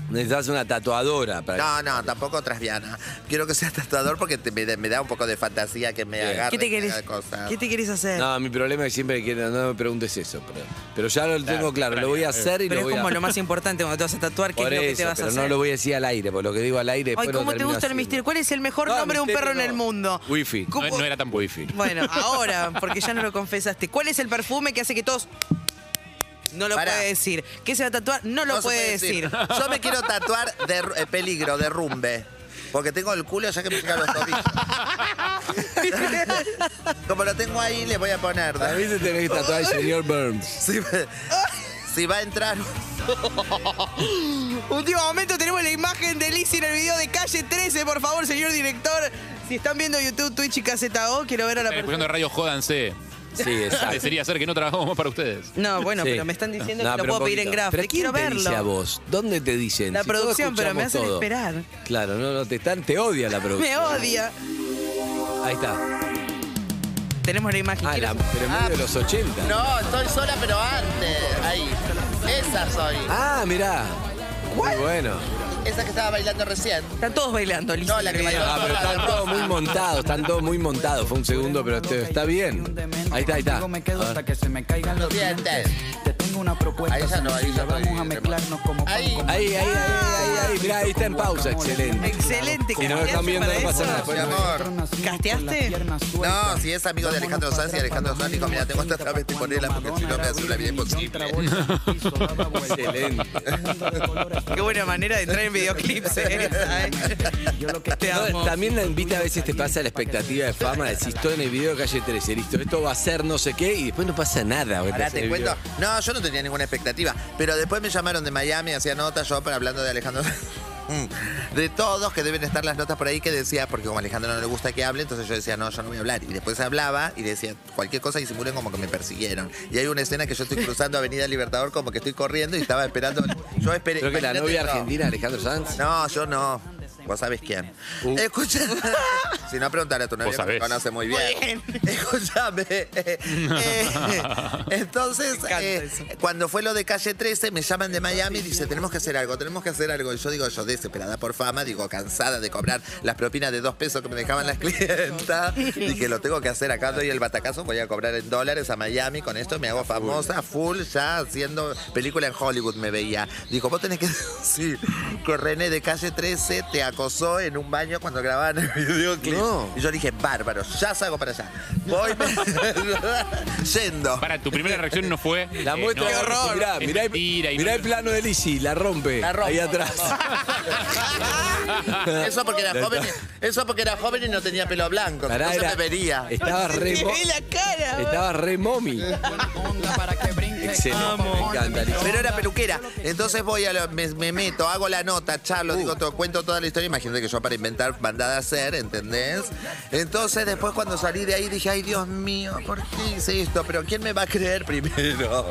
Speaker 8: Necesitas una tatuadora
Speaker 9: No,
Speaker 8: para.
Speaker 9: no, tampoco trasviana. Quiero que sea tatuador porque te- me, da- me da un poco de fantasía que me
Speaker 8: Bien.
Speaker 9: agarre
Speaker 7: ¿Qué te querés,
Speaker 9: cosas.
Speaker 7: ¿Qué te querés
Speaker 9: eh.
Speaker 7: hacer?
Speaker 8: No, mi problema es que siempre quieren, no me preguntes eso, pero, pero ya lo tengo claro, lo voy a hacer y
Speaker 7: pero
Speaker 8: lo
Speaker 7: es
Speaker 8: voy
Speaker 7: como
Speaker 8: a
Speaker 7: lo más importante cuando te vas a tatuar, ¿qué
Speaker 8: Por
Speaker 7: es lo que
Speaker 8: eso,
Speaker 7: te vas a
Speaker 8: pero
Speaker 7: hacer?
Speaker 8: no lo voy a decir al aire, porque lo que digo al aire
Speaker 7: Ay,
Speaker 8: después
Speaker 7: ¿cómo
Speaker 8: lo
Speaker 7: te
Speaker 8: termino
Speaker 7: gusta el
Speaker 8: haciendo.
Speaker 7: misterio? ¿Cuál es el mejor
Speaker 8: No,
Speaker 7: nombre de un
Speaker 8: misterio
Speaker 7: perro en
Speaker 8: no.
Speaker 7: el mundo?
Speaker 8: Wifi.
Speaker 7: ¿Cómo-
Speaker 10: No, no era tan wifi.
Speaker 7: Bueno, ahora, porque ya no lo confesaste. ¿Cuál es el perfume que hace que todos.? No lo
Speaker 9: Pará.
Speaker 7: puede decir. ¿Qué se va a tatuar? No lo
Speaker 9: No se
Speaker 7: puede decir.
Speaker 9: Yo me quiero tatuar de eh, peligro, derrumbe. Porque tengo el culo ya que me llegan los tobillos. Como lo tengo ahí, le voy a poner.
Speaker 8: A mí se tenés que tatuar el señor Burns.
Speaker 9: Si, si va a entrar.
Speaker 7: Último momento, tenemos la imagen de Lizzie en el video de calle 13. Por favor, señor director. Si están viendo YouTube, Twitch y KZO, quiero ver a la
Speaker 10: Están escuchando
Speaker 7: persona.
Speaker 10: radio, jódanse.
Speaker 8: Sí, exacto.
Speaker 10: Parecería ser que no trabajamos más para ustedes.
Speaker 7: No, bueno,
Speaker 8: Sí.
Speaker 7: pero me están diciendo
Speaker 8: No,
Speaker 7: que lo
Speaker 8: pero
Speaker 7: puedo pedir
Speaker 8: poquito.
Speaker 7: en gráfico.
Speaker 8: ¿Pero quién
Speaker 7: quiero
Speaker 8: te
Speaker 7: verlo.
Speaker 8: dice a vos? ¿Dónde te dicen?
Speaker 7: La
Speaker 8: todos
Speaker 7: producción, pero me
Speaker 8: escuchamos
Speaker 7: hacen esperar.
Speaker 8: Claro, no, no, te están, te odia la producción.
Speaker 7: Me odia.
Speaker 8: Ahí está.
Speaker 7: Tenemos la imagen.
Speaker 8: Ah,
Speaker 7: Quiero-
Speaker 8: la, pero en medio de los 80.
Speaker 9: No, estoy sola, pero antes. Ahí. Esa soy.
Speaker 8: Ah, mirá. Muy bueno.
Speaker 9: Esa que estaba bailando recién.
Speaker 7: Están todos bailando, Lizzie.
Speaker 9: No, la
Speaker 7: en
Speaker 9: que
Speaker 7: el video.
Speaker 9: bailó.
Speaker 8: Ah, pero están todos muy montados, están todos muy montados. Fue un segundo, pero este- está bien. Ahí está, ahí está. A ver.
Speaker 9: Los dientes. Ahí ya no, ahí ya Vamos a mezclarnos como Ahí.
Speaker 8: Ahí, ahí, ahí, ahí, ahí. Mirá, ahí está en pausa, excelente.
Speaker 7: Excelente,
Speaker 8: Si no me están
Speaker 7: ¿casteaste
Speaker 8: viendo,
Speaker 7: para
Speaker 8: no pasa nada.
Speaker 7: eso?
Speaker 8: Después
Speaker 9: Mi
Speaker 8: no me-
Speaker 9: amor.
Speaker 7: ¿Casteaste?
Speaker 9: No, si es amigo de Alejandro Sanz y Alejandro Sanz dijo, mira, tengo esta travesti, ponela porque si no me hace una vida imposible.
Speaker 8: Excelente.
Speaker 7: Qué buena manera de entrar en videoclips. ¿eh? Ay, Te
Speaker 8: No,
Speaker 7: amo.
Speaker 8: también la invita a veces te pasa la expectativa de fama, decís estoy en el video de calle 13, listo, esto va a ser no sé qué y después no pasa nada. porque
Speaker 9: Ahora
Speaker 8: estás en
Speaker 9: te
Speaker 8: el
Speaker 9: cuento.
Speaker 8: video.
Speaker 9: No, yo no tenía ninguna expectativa. Pero después me llamaron de Miami, hacía notas yo para hablando de Alejandro. Mm. De todos que deben estar las notas por ahí que decía, porque como a Alejandro no le gusta que hable, entonces yo decía, no, yo no voy a hablar. Y después hablaba y decía cualquier cosa y simulen como que me persiguieron. Y hay una escena que yo estoy cruzando Avenida Libertador como que estoy corriendo y estaba esperando. Yo esperé.
Speaker 8: Creo que la
Speaker 9: imagínate,
Speaker 8: novia
Speaker 9: no.
Speaker 8: argentina Alejandro Sanz.
Speaker 9: No, yo no. Vos sabés quién.
Speaker 8: Uh.
Speaker 9: Escucha. si no, preguntale a tu novia, me
Speaker 10: sabés.
Speaker 9: conoce muy bien. Escúchame. Eh, eh, entonces,
Speaker 7: encanta
Speaker 9: eh,
Speaker 7: eso.
Speaker 9: cuando fue lo de calle 13, me llaman de Miami y dice, tenemos que hacer algo, tenemos que hacer algo. Y yo digo, yo desesperada por fama, digo, cansada de cobrar las propinas de dos pesos que me dejaban las clientas. Dije, lo tengo que hacer acá, doy el batacazo, voy a cobrar en dólares a Miami, con esto me hago famosa, full, ya haciendo película en Hollywood me veía. Dijo, vos tenés que decir que René de calle 13 te acosó en un baño cuando grababan el videoclip. No. Y yo dije, bárbaro, ya salgo para allá. Voy me- yendo.
Speaker 10: Para, tu primera reacción no fue.
Speaker 8: La
Speaker 10: eh,
Speaker 8: muestra
Speaker 10: no,
Speaker 8: de horror. Mirá,
Speaker 10: es
Speaker 8: mirá el-
Speaker 10: mentira y
Speaker 8: mirá
Speaker 10: no-
Speaker 8: el plano de Lizzy, la rompe.
Speaker 9: La rompo,
Speaker 8: ahí atrás.
Speaker 9: Eso porque
Speaker 8: La
Speaker 9: era joven. y- Eso porque era joven y no tenía pelo blanco.
Speaker 8: Pará,
Speaker 9: no se
Speaker 8: era-
Speaker 9: me vería.
Speaker 8: Estaba re, mo- estaba re momi. Excelente, me encanta, Lizzy.
Speaker 9: Pero era peluquera. Entonces voy a lo- me, me meto, hago la nota,
Speaker 8: Uh.
Speaker 9: charlo, digo todo, cuento toda la historia. Imagínate que yo para inventar mandada a hacer, ¿entendés? Entonces después cuando salí de ahí dije, ay Dios mío, ¿por qué hice esto? Pero ¿quién me va a creer primero?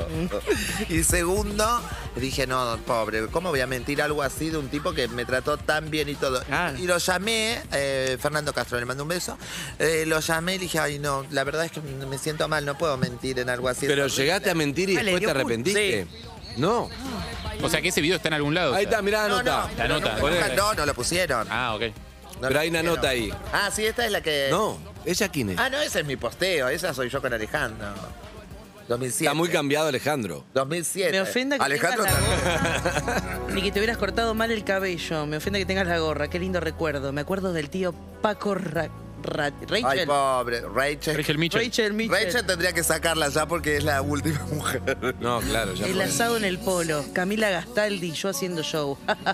Speaker 9: y segundo, dije, no, pobre, ¿cómo voy a mentir algo así de un tipo que me trató tan bien y todo? Y lo llamé, eh, Fernando Castro, le mando un beso. Eh, lo llamé y dije, ay no, la verdad es que me siento mal, no puedo mentir en algo así.
Speaker 8: Pero
Speaker 9: Es horrible".
Speaker 8: llegaste a mentir y
Speaker 9: Ah, le
Speaker 8: después
Speaker 9: dio
Speaker 8: te
Speaker 9: cul-
Speaker 8: arrepentiste. No.
Speaker 10: O sea que ese video está en algún lado.
Speaker 8: Ahí
Speaker 10: o sea.
Speaker 8: está, mirá la
Speaker 9: No, no,
Speaker 8: nota.
Speaker 10: La
Speaker 9: pero
Speaker 10: nota.
Speaker 9: nunca- nunca- no, no lo pusieron.
Speaker 10: Ah, ok.
Speaker 9: No
Speaker 8: Pero
Speaker 9: lo
Speaker 8: hay una
Speaker 9: pusieron.
Speaker 8: nota ahí.
Speaker 9: Ah, sí, esta es la que.
Speaker 8: No, ¿ella quién es?
Speaker 9: Ah, no, ese es mi posteo. Esa soy yo con Alejandro. 2007.
Speaker 8: Está muy cambiado Alejandro.
Speaker 9: 2007.
Speaker 7: Me ofenda que
Speaker 9: Alejandro
Speaker 7: tengas
Speaker 9: también.
Speaker 7: Ni que te hubieras cortado mal el cabello. Me ofende que tengas la gorra. Qué lindo recuerdo. Me acuerdo del tío Paco Ra- Ra- Rachel.
Speaker 9: Ay, pobre. Rachel.
Speaker 10: Rachel Mitchell.
Speaker 7: Rachel Mitchell.
Speaker 9: Rachel tendría que sacarla ya porque es la última mujer.
Speaker 8: No, claro, ya
Speaker 7: El
Speaker 8: fue.
Speaker 7: asado en el polo, Camila Gastaldi y yo haciendo show.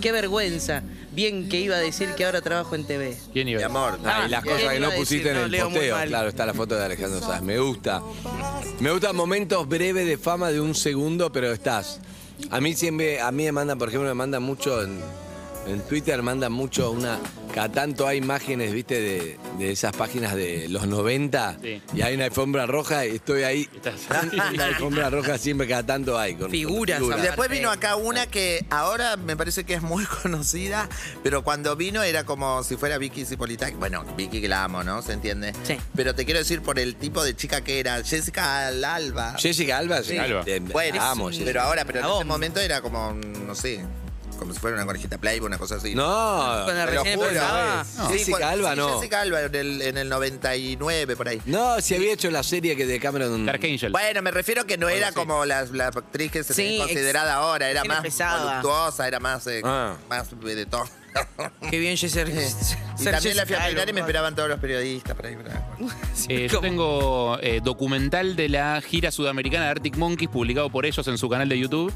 Speaker 7: Qué vergüenza. Bien que iba a decir que ahora trabajo en TV.
Speaker 10: ¿Quién
Speaker 9: Mi
Speaker 10: iba?
Speaker 9: amor.
Speaker 8: Ah,
Speaker 7: Ah,
Speaker 8: y las
Speaker 7: bien.
Speaker 8: cosas que no
Speaker 7: Iba a
Speaker 8: pusiste
Speaker 7: decir,
Speaker 8: en
Speaker 7: no,
Speaker 8: el
Speaker 7: leo muy
Speaker 8: posteo.
Speaker 7: mal.
Speaker 8: Claro, está la foto de Alejandro Sanz. Me gusta. Me gustan momentos breves de fama de un segundo, pero estás. A mí siempre, a mí me mandan, por ejemplo, me mandan mucho en, en Twitter, mandan mucho una. Cada tanto hay imágenes, viste, de, de esas páginas de los 90
Speaker 10: Sí.
Speaker 8: y hay una alfombra roja y estoy ahí.
Speaker 10: Estás-
Speaker 8: Una alfombra roja siempre cada tanto hay. con- con
Speaker 7: Figuras,
Speaker 9: Y después vino acá una que ahora me parece que es muy conocida, pero cuando vino era como si fuera Vicky Cipolita. Bueno, Vicky que la amo, ¿no? ¿Se entiende?
Speaker 7: Sí.
Speaker 9: Pero te quiero decir por el tipo de chica que era, Jessica Alba.
Speaker 8: Jessica Alba,
Speaker 10: Alba.
Speaker 8: eh,
Speaker 9: Bueno,
Speaker 8: la amo, Jessica.
Speaker 9: pero ahora, pero en ese momento era como, no sé, como si fuera una conejita Playboy, una cosa así.
Speaker 8: No,
Speaker 7: Cuando
Speaker 9: Te lo
Speaker 7: recién
Speaker 9: juro.
Speaker 7: empezaba.
Speaker 9: Sí,
Speaker 8: Jessica
Speaker 9: cuando-
Speaker 8: Alba
Speaker 9: sí,
Speaker 8: no.
Speaker 9: Jessica Alba en el, en el 99, por ahí.
Speaker 8: No, se había hecho la serie que de Cameron.
Speaker 10: Dark Angel.
Speaker 9: Bueno, me refiero que no era como la, la actriz que se
Speaker 7: Sí,
Speaker 9: tiene
Speaker 7: ex-
Speaker 9: considerada ahora, era
Speaker 7: que
Speaker 9: más
Speaker 7: empezaba.
Speaker 9: voluptuosa, era más, eh,
Speaker 8: Ah.
Speaker 9: más de todo.
Speaker 7: Qué bien, Jessar.
Speaker 9: y también la fui a bailar y me esperaban todos los periodistas. Por ahí, por ahí.
Speaker 10: Eh, yo tengo eh, documental de la gira sudamericana de Arctic Monkeys publicado por ellos en su canal de YouTube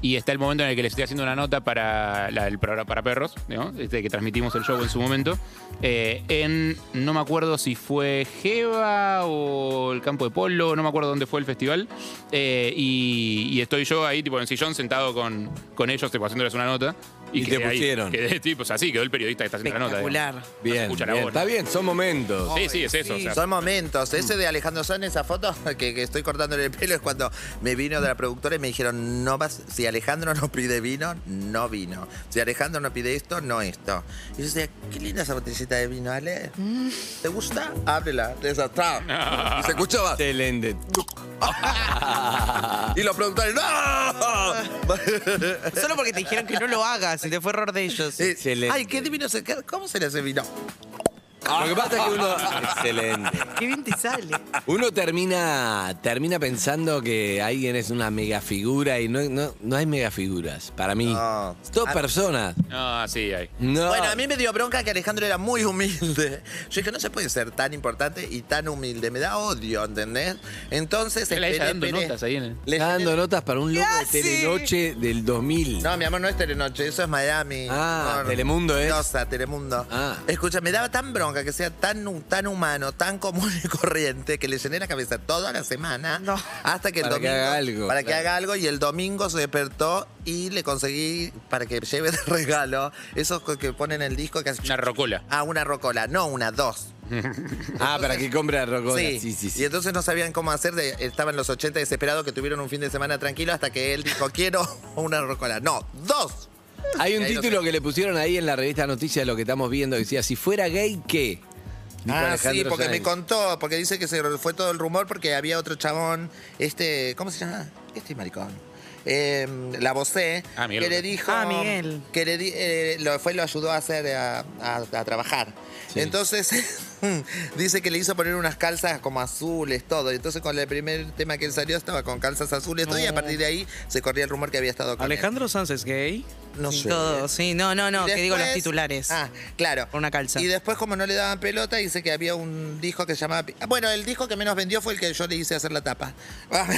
Speaker 10: y está el momento en el que les estoy haciendo una nota para la- el programa para perros, ¿no? Este que transmitimos el show en su momento, Eh, en no me acuerdo si fue Jeva o el campo de polo, no me acuerdo dónde fue el festival Eh, y, y estoy yo ahí tipo en el sillón sentado con, con ellos tipo, haciéndoles una nota
Speaker 8: Y te
Speaker 10: quedé ahí.
Speaker 8: pusieron.
Speaker 10: quedé tipo, o sea, sí, quedó el periodista que está haciendo la nota. digamos.
Speaker 7: Espectacular.
Speaker 8: Bien,
Speaker 10: escucha la
Speaker 8: bien.
Speaker 10: voz,
Speaker 8: está
Speaker 10: ¿no?
Speaker 8: bien, son momentos.
Speaker 10: Sí, sí, es eso. o sea.
Speaker 9: Son momentos. Ese de Alejandro Sanz, esa foto que, que estoy cortándole el pelo, es cuando me vino de la productora y me dijeron, no vas, si Alejandro no pide vino, no vino. Si Alejandro no pide esto, no esto. Y yo decía, qué linda esa botellita de vino, Ale. ¿Te gusta? Ábrela. Esa, tra. Y se escuchaba.
Speaker 8: Excelente.
Speaker 9: Y los productores, ¡no!
Speaker 7: Solo porque te dijeron que no lo hagas y te fue error de ellos.
Speaker 9: Eh,
Speaker 8: Excelente.
Speaker 9: Ay, qué divino se queda. ¿Cómo se le hace vino?
Speaker 8: Lo que pasa es que uno. Excelente.
Speaker 7: Qué bien te sale.
Speaker 8: Uno termina, termina pensando que alguien es una mega figura y no, no, no hay mega figuras. Para mí.
Speaker 9: No.
Speaker 8: Dos
Speaker 9: Ah.
Speaker 8: personas.
Speaker 10: Ah, sí, ahí.
Speaker 8: No.
Speaker 9: Bueno, a mí me dio bronca que Alejandro era muy humilde. Yo dije, no se puede ser tan importante y tan humilde. Me da odio, ¿entendés? Entonces,
Speaker 10: Él ahí
Speaker 9: esperé,
Speaker 10: está dando
Speaker 9: esperé.
Speaker 10: notas ahí en el-
Speaker 8: Le está dando notas para un logo de
Speaker 7: hace?
Speaker 8: Telenoche del 2000.
Speaker 9: No, mi amor, no es Telenoche, eso es Miami.
Speaker 8: Ah,
Speaker 9: No, no.
Speaker 8: Telemundo es.
Speaker 9: Mendoza, Telemundo.
Speaker 8: Ah.
Speaker 9: Escucha, me daba tan bronca que sea tan, hu- tan humano, tan común y corriente, que le llené la cabeza toda la semana.
Speaker 7: No.
Speaker 9: Hasta que el
Speaker 8: Para que
Speaker 9: domingo.
Speaker 8: haga algo,
Speaker 9: Para que
Speaker 8: claro.
Speaker 9: haga algo. Y el domingo se despertó y le conseguí para que lleve de regalo esos co- que ponen el disco que hace-
Speaker 10: Una rocola.
Speaker 9: Ah, una rocola. No, una, dos.
Speaker 8: Ah, para que compre la rocola.
Speaker 9: Sí.
Speaker 8: Sí, sí, sí.
Speaker 9: Y entonces no sabían cómo hacer. de- estaban los 80 desesperados que tuvieron un fin de semana tranquilo hasta que él dijo, quiero una rocola. No, dos.
Speaker 8: Hay un
Speaker 9: Ahí lo
Speaker 8: título que le pusieron ahí en la revista Noticias de lo que estamos viendo. que Decía, si fuera gay, ¿qué? Dijo
Speaker 9: Ah, sí,
Speaker 8: Alejandro
Speaker 9: porque me
Speaker 8: Sanz.
Speaker 9: contó, porque dice que se fue todo el rumor porque había otro chabón, este, ¿cómo se llama? Este maricón. Eh, la vocé
Speaker 10: Ah, Miguel
Speaker 9: que le
Speaker 10: Bosé.
Speaker 9: dijo
Speaker 7: Ah, Miguel.
Speaker 9: que le di- eh, lo, fue lo ayudó a hacer a, a- a trabajar entonces Dice que le hizo poner unas calzas como azules, todo. Y entonces con el primer tema que él salió estaba con calzas azules, todo. Y a partir de ahí se corría el rumor que había estado con él.
Speaker 7: Alejandro Sanz es gay.
Speaker 9: No
Speaker 7: Sí,
Speaker 9: sé.
Speaker 7: todo, sí, no, no, no,
Speaker 9: Y
Speaker 7: que digo los
Speaker 9: después-
Speaker 7: titulares.
Speaker 9: Ah, claro.
Speaker 7: Por una calza.
Speaker 9: Y después, como no le daban pelota, dice que había un disco que se llamaba. Pi- Bueno, el disco que menos vendió fue el que yo le hice hacer la tapa.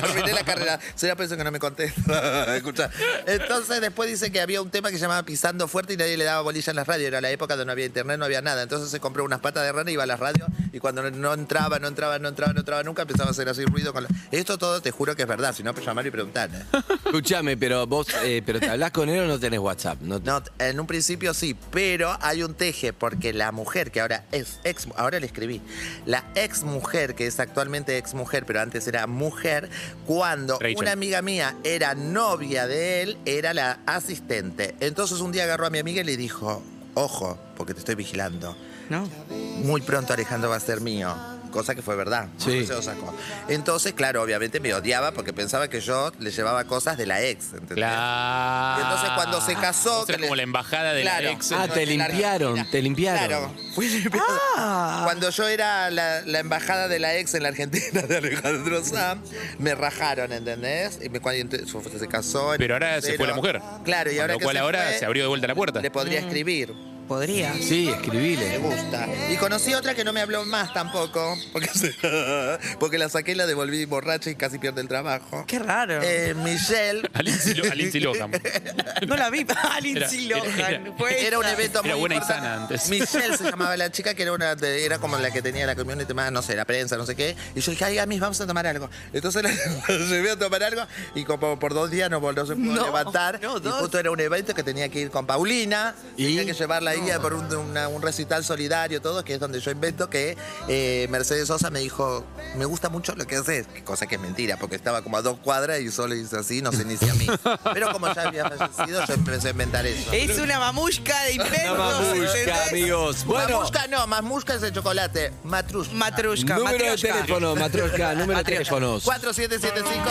Speaker 9: Terminé la carrera. Será por eso que no me contesta. Escucha. Entonces, después dice que había un tema que se llamaba Pisando Fuerte y nadie le daba bolilla en las radios. Era la época donde no había internet, no había nada. Entonces se compró unas patas de rana y iba a las radios. Y cuando no- no entraba, no entraba, no entraba, no entraba nunca, empezaba a hacer así ruido con la- Esto todo te juro que es verdad. Si no, pues llamar y preguntar.
Speaker 8: Escúchame, pero vos, eh, pero te hablás con él o no tenés WhatsApp. No,
Speaker 9: No, en un principio sí, pero hay un teje, porque la mujer que ahora es ex, ahora le escribí, la ex mujer que es actualmente ex mujer, pero antes era mujer, cuando
Speaker 10: Rachel.
Speaker 9: una amiga mía era novia de él, era la asistente. Entonces un día agarró a mi amiga y le dijo, ojo, porque te estoy vigilando.
Speaker 7: No.
Speaker 9: Muy pronto Alejandro va a ser mío. Cosa que fue verdad.
Speaker 8: Sí.
Speaker 9: Se lo sacó. Entonces, claro, obviamente me odiaba porque pensaba que yo le llevaba cosas de la ex. ¿entendés?
Speaker 10: Claro. Ah,
Speaker 9: Y entonces cuando se casó,
Speaker 10: Vos eras como la embajada de
Speaker 9: Claro.
Speaker 10: la ex.
Speaker 8: Ah, te
Speaker 9: la
Speaker 8: limpiaron, te limpiaron. Ah.
Speaker 9: Claro. Fui limpiado. Cuando yo era la, la embajada de la ex en la Argentina de Alejandro Sam, me rajaron, ¿entendés? Y me, cuando entonces se casó. en
Speaker 10: Pero ahora se
Speaker 9: cero.
Speaker 10: fue la mujer.
Speaker 9: Claro, y
Speaker 10: Con
Speaker 9: ahora
Speaker 10: Lo
Speaker 9: que
Speaker 10: cual
Speaker 9: se
Speaker 10: ahora
Speaker 9: fue,
Speaker 10: se abrió de vuelta la puerta.
Speaker 9: Le podría
Speaker 8: Mm.
Speaker 9: escribir.
Speaker 7: Podría.
Speaker 8: Sí,
Speaker 9: Me
Speaker 8: escribile.
Speaker 9: gusta. Y conocí otra que no me habló más tampoco. Porque, porque la saqué y la devolví borracha y casi pierde el trabajo.
Speaker 7: Qué raro.
Speaker 9: Eh, Michelle.
Speaker 10: A Lindsay Lo- a Lindsay Lohan.
Speaker 7: no la vi. Ah, Lindsay
Speaker 10: Era- era-
Speaker 7: Lohan. fue
Speaker 9: Era un
Speaker 7: esa.
Speaker 9: evento
Speaker 10: Era
Speaker 9: muy
Speaker 10: buena y
Speaker 9: importante.
Speaker 10: sana antes.
Speaker 9: Michelle se llamaba la chica que era una de- era como la que tenía la community más, no sé, la prensa, no sé qué. Y yo dije, ay, Gamis, vamos a tomar algo. Entonces la llevé a tomar algo y como por dos días no, vol- no se pudo
Speaker 7: No,
Speaker 9: levantar.
Speaker 7: no,
Speaker 9: y
Speaker 7: dos.
Speaker 9: justo era un evento que tenía que ir con Paulina.
Speaker 8: ¿Y?
Speaker 9: Tenía que llevarla a ella por un, una- un recital solidario, todo, que es donde yo invento que eh, Mercedes Sosa me dijo, me gusta mucho lo que haces. Cosa que es mentira, porque estaba como a dos cuadras y solo hice así, no se inicia a mí. Pero como ya había fallecido, yo empecé a inventar eso.
Speaker 7: Es una mamushka de
Speaker 8: La
Speaker 7: inventos.
Speaker 8: mamushka,
Speaker 7: ¿entendés?
Speaker 8: amigos. Bueno,
Speaker 9: Mamusca no, mamusca es el chocolate. Matrus. Ah,
Speaker 7: Matrushka,
Speaker 8: número de
Speaker 7: matrioshka.
Speaker 8: teléfono, matrosca, número de teléfonos.
Speaker 9: 4775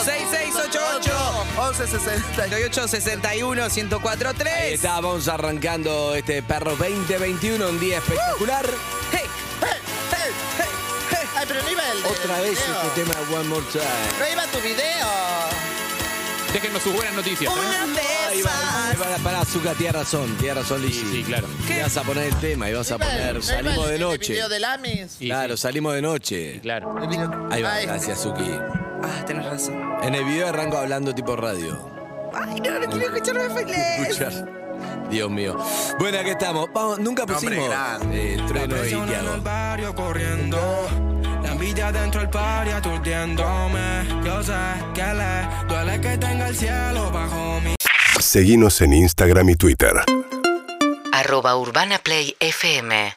Speaker 9: 1160
Speaker 7: 6861-1043.
Speaker 8: Ahí está, vamos arrancando este perro 2021, un día espectacular.
Speaker 9: ¡Uh!
Speaker 7: Hey,
Speaker 9: Ay, pero no iba el de-
Speaker 8: Otra
Speaker 9: el
Speaker 8: vez
Speaker 9: video.
Speaker 8: este tema de One More Time.
Speaker 9: No iba tu video.
Speaker 10: Déjenos sus buenas noticias. ¿eh?
Speaker 7: una de
Speaker 8: Ahí va, ahí
Speaker 7: esas.
Speaker 8: va, Pará, Zucca, tienes razón, tienes razón, Lizzy.
Speaker 10: Sí, sí, claro.
Speaker 8: Y vas a poner el tema y vas a
Speaker 9: No iba el- no
Speaker 8: poner
Speaker 9: iba
Speaker 8: Salimos
Speaker 9: el-
Speaker 8: de
Speaker 9: el
Speaker 8: noche.
Speaker 9: video de Lamis.
Speaker 10: Y
Speaker 8: Claro,
Speaker 10: sí,
Speaker 8: salimos de noche.
Speaker 10: claro.
Speaker 8: Ahí va,
Speaker 9: Ay.
Speaker 8: gracias, Zuki.
Speaker 7: Ah, tenés razón.
Speaker 8: En el video arranco hablando tipo radio.
Speaker 7: Ay, no, no quiero escuchar los
Speaker 8: Escuchar. Dios mío. Bueno, aquí estamos. Vamos, nunca pusimos eh, trueno y Tiago.
Speaker 1: barrio corriendo. La envidia dentro del party aturdiéndome. Yo sé que le duele que tenga el cielo bajo mi.
Speaker 13: Seguinos en Instagram y Twitter.
Speaker 14: Arroba Urbana Play FM